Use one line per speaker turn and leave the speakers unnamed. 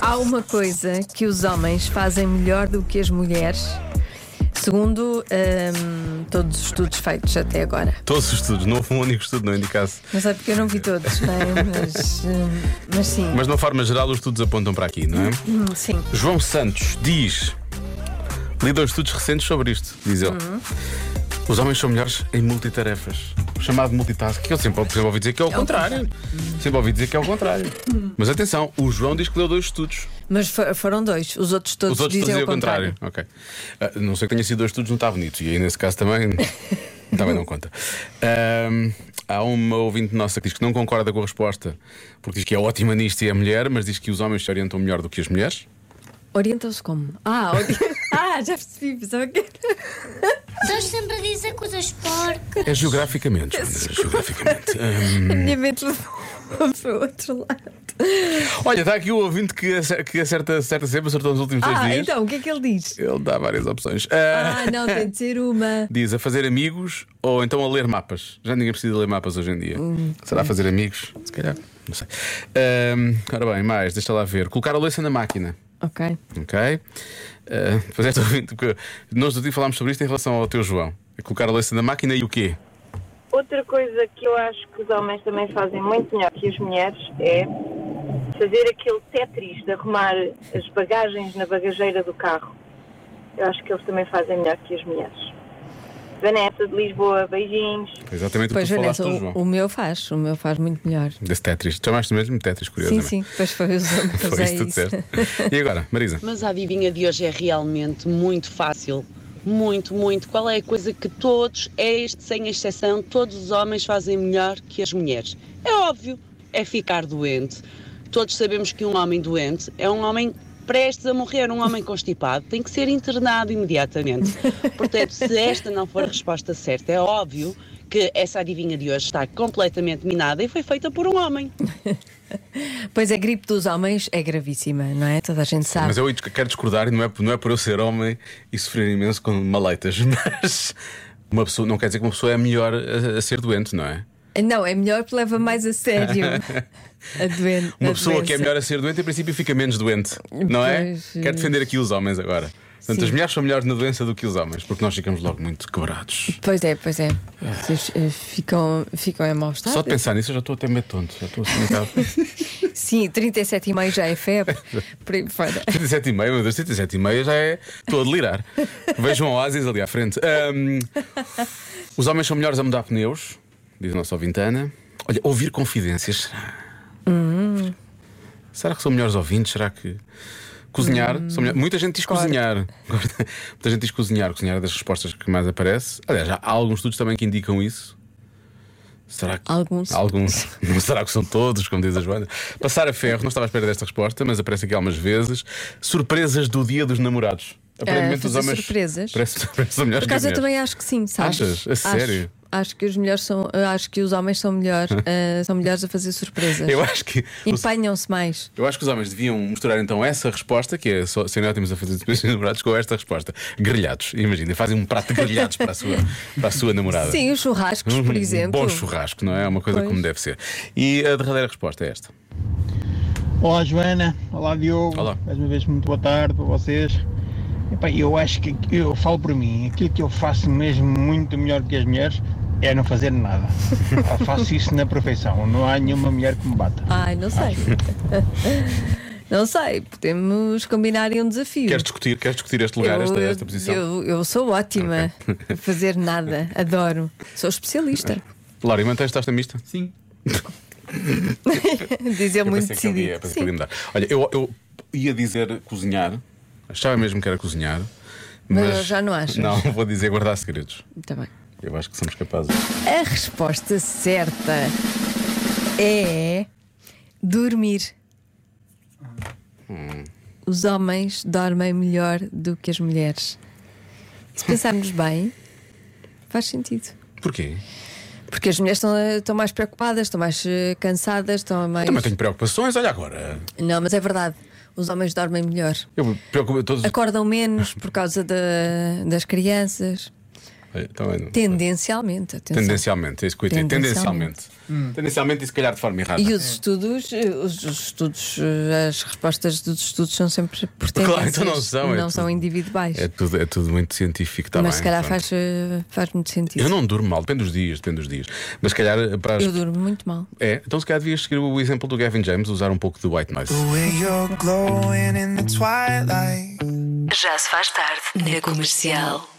Há uma coisa que os homens fazem melhor do que as mulheres, segundo hum, todos os estudos feitos até agora.
Todos os estudos, não houve um único estudo, não indicasse.
Não sei é porque eu não vi todos, bem, mas, hum, mas sim.
Mas de uma forma geral, os estudos apontam para aqui, não é?
Hum, Sim.
João Santos diz. Li dois estudos recentes sobre isto, diz ele. Os homens são melhores em multitarefas. O chamado multitask, que eu sempre, sempre ouvi dizer que é o contrário. Sempre ouvi dizer que é o contrário. Mas atenção, o João diz que leu dois estudos.
Mas fo- foram dois, os outros todos
Os outros
dizem
todos
o contrário.
Ok. Ah, não sei que tenha sido dois estudos, não está bonito. E aí, nesse caso, também, também não conta. Ahm, há uma ouvinte nossa que diz que não concorda com a resposta, porque diz que é ótima nisto e é mulher, mas diz que os homens se orientam melhor do que as mulheres.
Orientam-se como? Ah, ori... ah, já percebi, pensava que era.
Estás sempre a dizer coisas porcas.
É geograficamente, Joana, geograficamente. Ahm,
a minha mente levou para o outro lado.
olha, está aqui o ouvinte que acerta, que acerta, acerta sempre, acertou nos últimos dois
Ah,
dias.
então, o que é que ele diz?
Ele dá várias opções. Ah,
Ah, não, tem de ser uma.
Diz a fazer amigos ou então a ler mapas. Já ninguém precisa ler mapas hoje em dia. Será fazer amigos? Se calhar. Não sei. Ahm, ora bem, mais, deixa lá ver. Colocar a louça na máquina.
Ok.
Ok? Ah, Pois é, estou ouvindo, porque nós do dia falámos sobre isto em relação ao teu João. É Colocar a louça na máquina e o quê?
Outra coisa que eu acho que os homens também fazem muito melhor que as mulheres é fazer aquele Tetris de arrumar as bagagens na bagageira do carro. Eu acho que eles também fazem melhor que as mulheres. Vanessa de Lisboa, beijinhos.
Foi Exatamente
Pois,
o que tu falaste
Vanessa,
do João.
o, o meu faz, o meu faz muito melhor.
Desse Tetris. Tu chamaste mesmo Tetris,
Sim,
curiosamente.
sim, pois foi os homens.
Foi
é
isso que tu disseste. E agora, Marisa?
Mas a adivinha de hoje é realmente muito fácil. Muito, muito. Qual é a coisa que todos, é este sem exceção, todos os homens fazem melhor que as mulheres? É óbvio, é ficar doente. Todos sabemos que um homem doente é um homem prestes a morrer, um homem constipado. Tem que ser internado imediatamente. Portanto, se esta não for a resposta certa, é óbvio que essa adivinha de hoje está completamente minada e foi feita por um homem.
Pois a gripe dos homens é gravíssima, não é? Toda a gente sabe.
Mas eu aí quero discordar e não é, não é por eu ser homem e sofrer imenso com maleitas, mas uma pessoa não quer dizer que uma pessoa é melhor a, a ser doente, não é?
Não, é melhor que leva mais a sério a doen- a
Uma pessoa que é
doença.
melhor a ser doente, em princípio, fica menos doente, não é?
Pois,
Quero defender aqui os homens agora. Portanto,
Sim.
as mulheres são melhores na doença do que os homens, porque nós ficamos logo muito quebrados.
Pois é, pois é. Vocês eh, ficam, ficam em mau estado.
Só de pensar nisso, eu já estou até meio tonto. Já estou assim, metade.
Sim, 37,5 já é febre. Por aí
É
fora.
37 e meia, meu Deus, 37 e meia já é. Estou a delirar. Vejam o Oasis ali à frente. Ahm, os homens são melhores a mudar pneus, diz a nossa ouvinte Ana. Olha, ouvir confidências. será?
Hum.
Será que são melhores ouvintes? Será que. Cozinhar,
Hum.
são melhor- muita gente diz
Corta.
cozinhar. muita gente diz cozinhar. Cozinhar é das respostas que mais aparece. Aliás, há alguns estudos também que indicam isso. Será que
Alguns.
Alguns. Não será que são todos, como diz a Joana? Passar a ferro, não estava à espera desta resposta, mas aparece aqui algumas vezes. Surpresas do dia dos namorados. Aparentemente os
É, fazer
homens.
surpresas?
Parece, parece são melhores
Por acaso eu
que as mulheres.
também acho que sim, sabes?
Achas? A
Acho-
sério?
Acho que os melhores são, eu acho que os homens são melhores, eh, são melhores a fazer surpresas.
Eu acho que. os-
Empenham-se mais.
Eu acho que os homens deviam misturar então essa resposta, que é só serem ótimos a fazer surpresas dos namorados, com esta resposta. Grelhados. Imagina, fazem um prato de grelhados para a sua, para a sua namorada.
Sim, os churrascos, por
Um
exemplo.
Bom churrasco, não é? É uma coisa
Pois.
como deve ser. E a derradeira resposta é esta.
Olá Joana, olá Diogo,
Olá.
mais uma vez muito boa tarde para vocês. Epá, eu acho que eu falo por mim, aquilo que eu faço mesmo muito melhor que as mulheres é não fazer nada. Epá, faço isso na perfeição, não há nenhuma mulher que me bata.
Ai, não sei. não sei, podemos combinar aí um desafio.
Queres discutir, queres discutir este lugar, esta, esta posição?
Eu, eu sou ótima a fazer nada, adoro. Sou especialista.
Lário, mantens-te esta mista? Sim.
Dizer
Eu
muito
pensei que ele ia,
decidido.
pensei que ele ia
Sim.
mudar. Olha, eu, eu ia dizer cozinhar, achava mesmo que era cozinhar, mas.
Mas já não achas?
Não, vou dizer guardar segredos.
Tá bem.
Eu acho que somos capazes.
A resposta certa é dormir.
Hum.
Os homens dormem melhor do que as mulheres. Se pensarmos bem, faz sentido.
Porquê?
Porque as mulheres estão, eh, estão mais preocupadas, estão mais eh, cansadas, estão mais.
Também tenho preocupações, olha agora.
Não, mas é verdade. Os homens dormem melhor.
Eu me preocupo todos.
Acordam menos por causa da- das crianças.
Eh, Também não.
Tendencialmente, atenção.
Tendencialmente, é isso que eu ia dizer.
Tendencialmente.
Tendencialmente. Tendencialmente e se calhar de forma errada.
E os estudos, eh, os os estudos, eh, as respostas dos estudos são sempre por
Claro,
tendências,
então não são,
não
é tudo.
são individuais.
É tudo, é tudo muito científico, tá
mas
bem,
se calhar
pronto.
faz, eh, faz muito sentido.
Eu não durmo mal, depende dos dias, depende dos dias. Mas se calhar eh, para as.
Eu durmo muito mal.
É, então se calhar devias seguir o exemplo do Gavin James, usar um pouco do white noise.
Where you're glowing in the twilight.
Já se faz tarde na comercial.